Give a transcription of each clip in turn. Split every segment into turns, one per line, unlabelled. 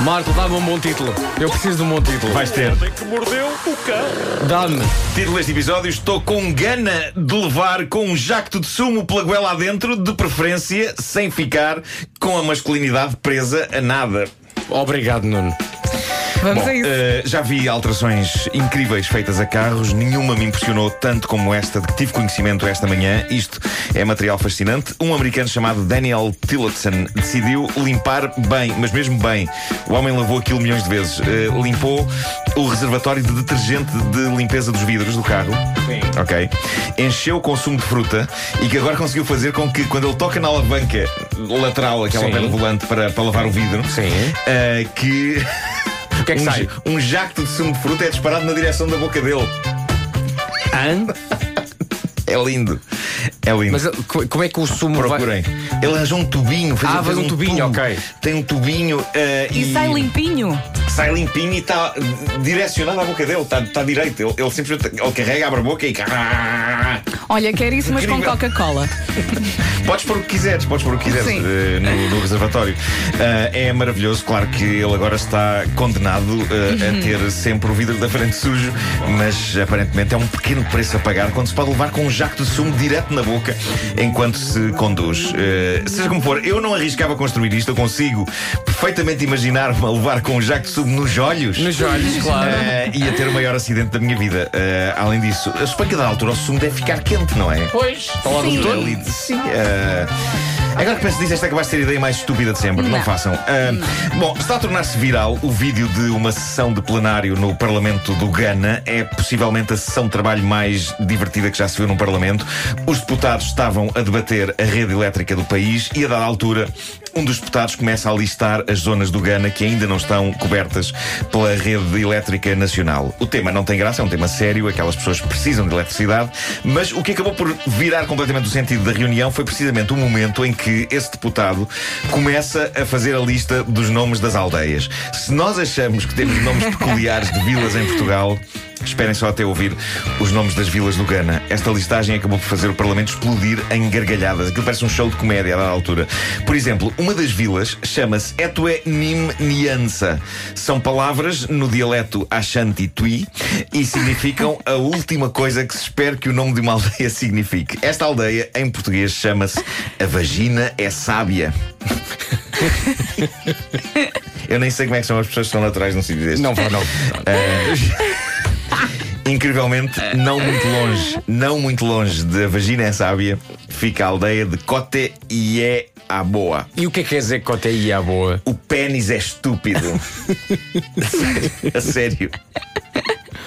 Marco, dá-me um bom título. Eu preciso de um bom título.
Vais ter.
que mordeu o cão.
Dá-me.
Título deste episódio: Estou com gana de levar com um jacto de sumo pela goela adentro, de preferência sem ficar com a masculinidade presa a nada.
Obrigado, Nuno.
Vamos
Bom,
a isso.
eh, já vi alterações incríveis feitas a carros, nenhuma me impressionou tanto como esta de que tive conhecimento esta manhã. Isto é material fascinante. Um americano chamado Daniel Tillotson decidiu limpar bem, mas mesmo bem. O homem lavou aquilo milhões de vezes. Eh, limpou o reservatório de detergente de limpeza dos vidros do carro. Sim. Ok. Encheu o consumo de fruta e que agora conseguiu fazer com que, quando ele toca na alavanca lateral, aquela
Sim.
pedra volante para, para lavar o vidro,
Sim.
eh, que.
O que é que
um,
sai?
um jacto de sumo de fruta é disparado na direção da boca dele.
Hã?
É lindo. É lindo.
Mas ele- co- como é que o sumo vai.
Procurem. Ele arranjou um tubinho. Fez,
Ah, fez um tubinho,
tubo.
ok.
Tem um tubinho eh,
E sai limpinho.
sai limpinho e está direcionado à boca dele. Está tá direito. Ele, ele simplesmente ele carrega, abre a boca e.
Olha, quer isso, mas com
Incrível.
Coca-Cola.
Podes pôr o que quiseres, podes pôr o que quiseres
Sim.
eh, no, no reservatório. Ah, é maravilhoso, claro que ele agora está condenado eh,
Uhum.
a ter sempre o vidro da frente sujo, mas aparentemente é um pequeno preço a pagar quando se pode levar com um jacto de sumo direto na boca enquanto se conduz. Eh, seja como for, eu não arriscava construir isto, eu consigo perfeitamente imaginar-me a levar com um jacto de sumo nos olhos.
Nos olhos, claro.
eh, e a ter o maior acidente da minha vida. Eh, além disso, eu suponho que a dada altura o sumo deve ficar quente, não é?
Pois. Está lá no
Sim.
todo.
Ali, sim. ah, Agora que penso nisso, esta acabaste de ter a ideia mais estúpida de sempre. Não,
Não.
façam. Ah, Bom, está a tornar-se viral o vídeo de uma sessão de plenário no Parlamento do Ghana. É possivelmente a sessão de trabalho mais divertida que já se viu num Parlamento. Os deputados estavam a debater a rede elétrica do país e, a dada altura, um dos deputados começa a listar as zonas do Ghana que ainda não estão cobertas pela rede elétrica nacional. O tema não tem graça, é um tema sério, aquelas pessoas precisam de eletricidade, mas o que acabou por virar completamente o sentido da reunião foi precisamente o momento em que esse deputado começa a fazer a lista dos nomes das aldeias. Se nós achamos que temos nomes peculiares de vilas em Portugal, Esperem só até ouvir os nomes das vilas do Ghana. Esta listagem acabou por fazer o Parlamento explodir em gargalhadas. Aquilo parece um show de comédia à dada altura. Por exemplo, uma das vilas chama-se Etue Nim Niança. São palavras no dialeto Ashanti Tui e significam a última coisa que se espera que o nome de uma aldeia signifique. Esta aldeia, em português, chama-se A Vagina é Sábia. Eu nem sei como é que são as pessoas que são naturais num sítio deste.
Não vá, não.
Incrivelmente, não muito longe, não muito longe da vagina é sábia, fica a aldeia de Cote e é à boa.
E o que é que quer dizer que até ia à boa?
O pênis é estúpido. a sério.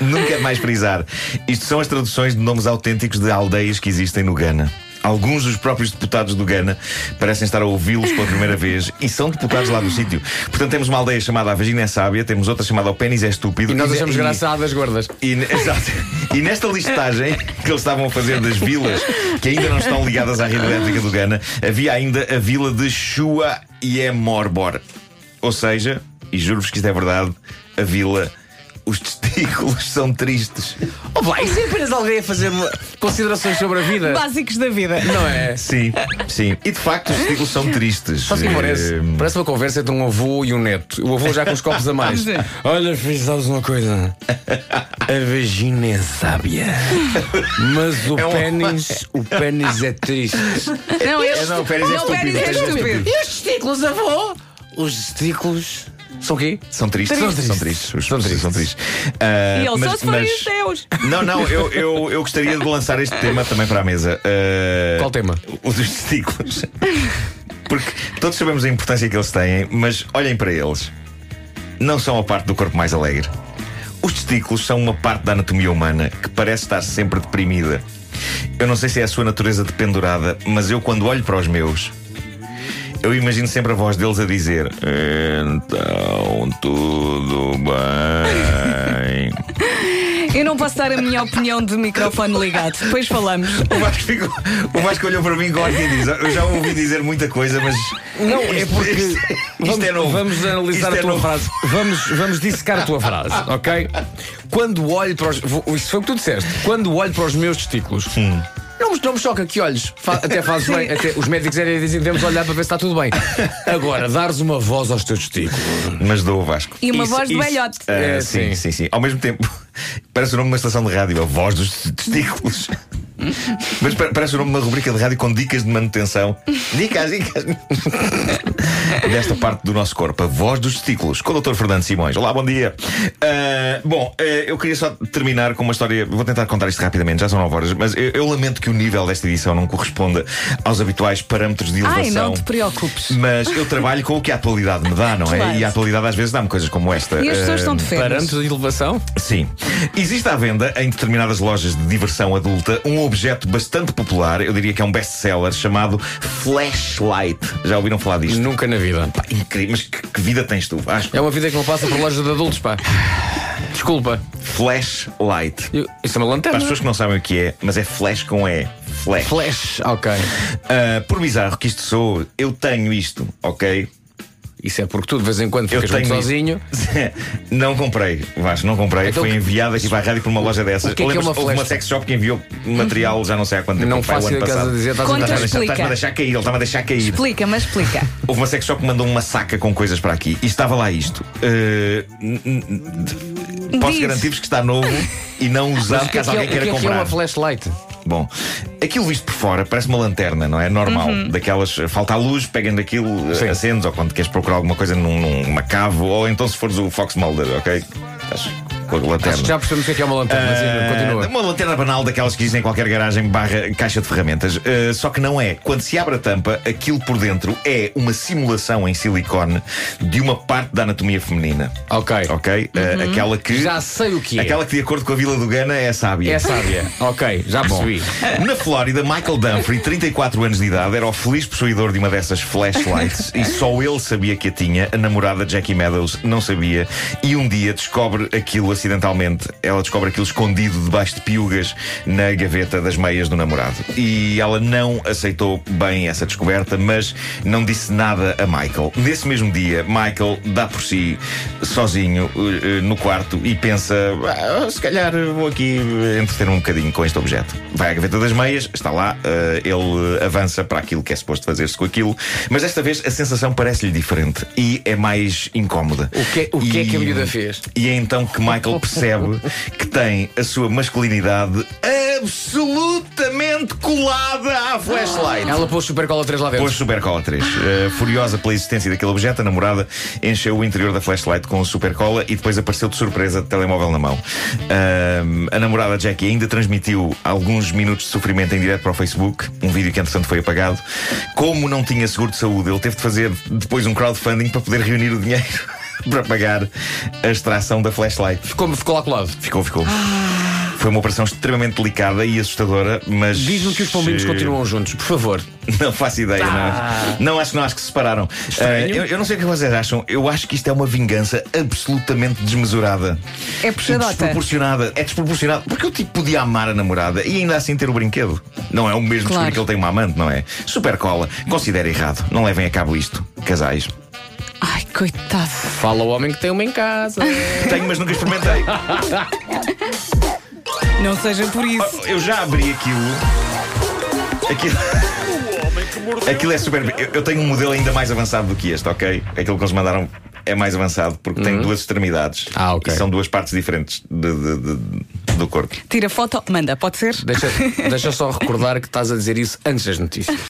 Nunca é mais frisar. Isto são as traduções de nomes autênticos de aldeias que existem no Ghana. Alguns dos próprios deputados do Ghana parecem estar a ouvi-los pela primeira vez e são deputados lá do sítio. Portanto, temos uma aldeia chamada A Vagina é Sábia, temos outra chamada O Pênis é Estúpido.
E nós
ne-
achamos
e-
graçadas gordas.
e, ne- exato. E nesta listagem que eles estavam a fazer das vilas que ainda não estão ligadas à rede elétrica do Ghana, havia ainda a vila de Shua e Morbor. Ou seja, e juro-vos que isto é verdade, a vila, os testículos são tristes.
Oh, vai, isso é apenas alguém a fazer considerações sobre a vida.
Básicos da vida.
Não é?
Sim, sim. E de facto, os testículos são tristes.
Sabe o que parece?
Ehm,
Parece uma conversa entre um avô e um neto. O avô já com os copos a mais.
Sim.
Olha, filho, sabes uma coisa? A vagina é sábia. Mas o
É um-
pênis, o pênis é triste.
Não, este,
não, o pênis é
não, o pênis é
estúpido.
estúpido.
E os testículos, avô? Os testículos são o quê?
São tristes.
Tristes.
São tristes. Os
São
tristes. São tristes. Ah,
E ele só
mas-
se forem
mas-
os teus.
Não, não, eu, eu, eu gostaria de lançar este tema também para a mesa. Ah,
Qual tema?
O dos testículos. Porque todos sabemos a importância que eles têm, mas olhem para eles. Não são a parte do corpo mais alegre. Os testículos são uma parte da anatomia humana que parece estar sempre deprimida. Eu não sei se é a sua natureza dependurada, mas eu quando olho para os meus, eu imagino sempre a voz deles a dizer: Então, tudo bem.
Eu não posso dar a minha opinião de microfone ligado. Depois falamos.
O Vasco, ficou- o Vasco olhou para mim com ódio e diz: Eu já ouvi dizer muita coisa, mas.
Não, é
isto-
porque.
Isto,
vamos,
isto é novo.
vamos analisar
Isto
a
é
tua
novo.
frase. Vamos, vamos dissecar a tua frase,
Hum.
ok? Quando olho para os. vou- Isso foi o que tu disseste. Quando olho para os meus testículos. Não
Não, me- não me choca que olhes. Fa- até fazes bem. Até os médicos ainda dizem que devemos olhar para ver se está tudo bem. Agora, dares uma voz aos teus testículos.
Mas dou o Vasco.
E uma
Isso,
voz de
isso.
velhote.
Ah,
É,
sim,
sim.
sim, sim. Ao mesmo tempo, parece o nome de uma estação de rádio, a voz dos testículos. Mas pa- parece o nome de uma rubrica de rádio com dicas de manutenção. Dicas, dicas. Desta parte do nosso corpo, a voz dos testículos, com o Dr. Fernando Simões. Olá, bom dia. Ah, bom, eh, eu queria só terminar com uma história. Vou tentar contar isto rapidamente, já são 9 horas, mas eu, eu lamento que o nível desta edição não corresponda aos habituais parâmetros de elevação.
Ai, não te preocupes.
Mas eu trabalho com o que a atualidade me dá, não é?
Claro.
E a atualidade às vezes dá-me coisas como esta.
E as pessoas
Ah,
estão de férias.
Parâmetros de elevação?
Sim. Existe à venda em determinadas lojas de diversão adulta um objeto bastante popular, eu diria que é um best-seller, chamado flashlight. Já ouviram falar disto?
Nunca na vida.
Pá, incrível, mas que, que vida tens tu, Vasco?
É uma vida que não passa por lojas de adultos, pá. Desculpa.
Flashlight.
Eu- Isso é uma
Para
lanterna.
as pessoas que não sabem o que é, mas é flash com E. Flash.
Flash, ok.
Ah, por bizarro que isto sou, eu tenho isto, ok?
Isso é porque tu de vez em quando
Eu
ficas muito
tenho
sozinho.
Não comprei, Vasco, não comprei.
Então,
Foi
que-
enviado aqui para a rádio por uma loja dessas.
O que é que é
Lembras-te,
uma
houve uma
flash? Uhum.
sex shop que enviou material já não sei há quanto tempo.
Não
pai, o
faço
ano
ideia que estás
passado.
a dizer, estás a
Conta
tentar-
Estás-me a deixar-
Explica.
estás-me a deixar cair, ele estava a deixar cair.
Explica, mas explica.
Houve uma sex shop que mandou uma saca com coisas para aqui e estava lá isto. Eh, n- n- n- posso
Diz.
garantir-vos que está novo e não
Mas
usado
o que é
caso
que é,
alguém
o que é
queira
que é
comprar.
uma flashlight?
Bom, aquilo visto por fora parece uma lanterna, não é? Normal. Daquelas, eh, falta a luz, peguem daquilo, eh,
Uhum. Sim.
acendes, ou quando queres procurar alguma coisa num- numa cave, ou então se fores o Fox Mulder, ok? Estás com a lanterna.
Acho que já percebemos o que é que é uma lanterna, mas
Ah,
ainda continua.
Uma lanterna banal daquelas que dizem em qualquer garagem barra caixa de ferramentas. Ah, só que não é. Quando se abre a tampa, aquilo por dentro é uma simulação em silicone de uma parte da anatomia feminina.
Ok.
Ok? Ah, aquela que.
Uhum. Já sei o que é.
Aquela que, de acordo com a Vila do Gana, é sábia.
É sábia. ok, já percebi.
Na Flórida, Michael Dunphy, 34 anos de idade, era o feliz possuidor de uma dessas flashlights e só ele sabia que a tinha. A namorada Jackie Meadows não sabia e um dia descobre aquilo acidentalmente. Ela descobre aquilo escondido debaixo de piugas na gaveta das meias do namorado. E ela não aceitou bem essa descoberta, mas não disse nada a Michael. Nesse mesmo dia, Michael dá por si sozinho eh, eh, no quarto e pensa: "Ah, se calhar vou aqui eh, entreter um bocadinho com este objeto. Vai à gaveta das meias, está lá, eh, ele eh, avança para aquilo que é suposto fazer-se com aquilo, mas desta vez a sensação parece-lhe diferente e é mais incómoda.
O que, o que é que a
E-
miúda fez?
e é então que Michael percebe que tem a sua masculinidade absolutamente colada à flashlight.
Ela pôs super cola 3 lá dentro.
Pôs Supercola 3.
Ah.
Uh, furiosa pela existência daquele objeto, a namorada encheu o interior da flashlight com Supercola e depois apareceu de surpresa de telemóvel na mão. Um, a namorada Jackie ainda transmitiu alguns minutos de sofrimento em direto para o Facebook, um vídeo que entretanto foi apagado. Como não tinha seguro de saúde, ele teve de fazer depois um crowdfunding para poder reunir o dinheiro para pagar a extração da flashlight.
Como ficou lá colado.
Ficou, ficou.
Ah.
Foi uma operação extremamente delicada e assustadora, mas.
Diz-me que os pombinhos
eh,
continuam juntos, por favor.
Não faço ideia, não. Não acho, não acho que se separaram. Eh, eu, eu não sei o que vocês acham. Eu acho que isto é uma vingança absolutamente desmesurada.
É puxadota.
Desproporcionada. É desproporcionada. Porque o tipo podia amar a namorada e ainda assim ter o brinquedo. Não é o
Claro.
mesmo descobrir que ele tem uma amante, não é? Super cola. Considera errado. Não levem a cabo isto, casais.
Ai, coitado.
Fala o homem que tem uma em casa.
Tenho, mas nunca experimentei.
Não seja por isso.
Eu já abri aquilo. Aquilo.
O homem que mordeu
Aquilo é super. Eu, eu tenho um modelo ainda mais avançado do que este, ok? Aquilo que eles mandaram é mais avançado porque tem duas extremidades.
Uhum. Ah, ok.
E são duas partes diferentes de- de- de- do corpo.
Tira foto, manda, pode ser?
Deixa, deixa só recordar que estás a dizer isso antes das notícias.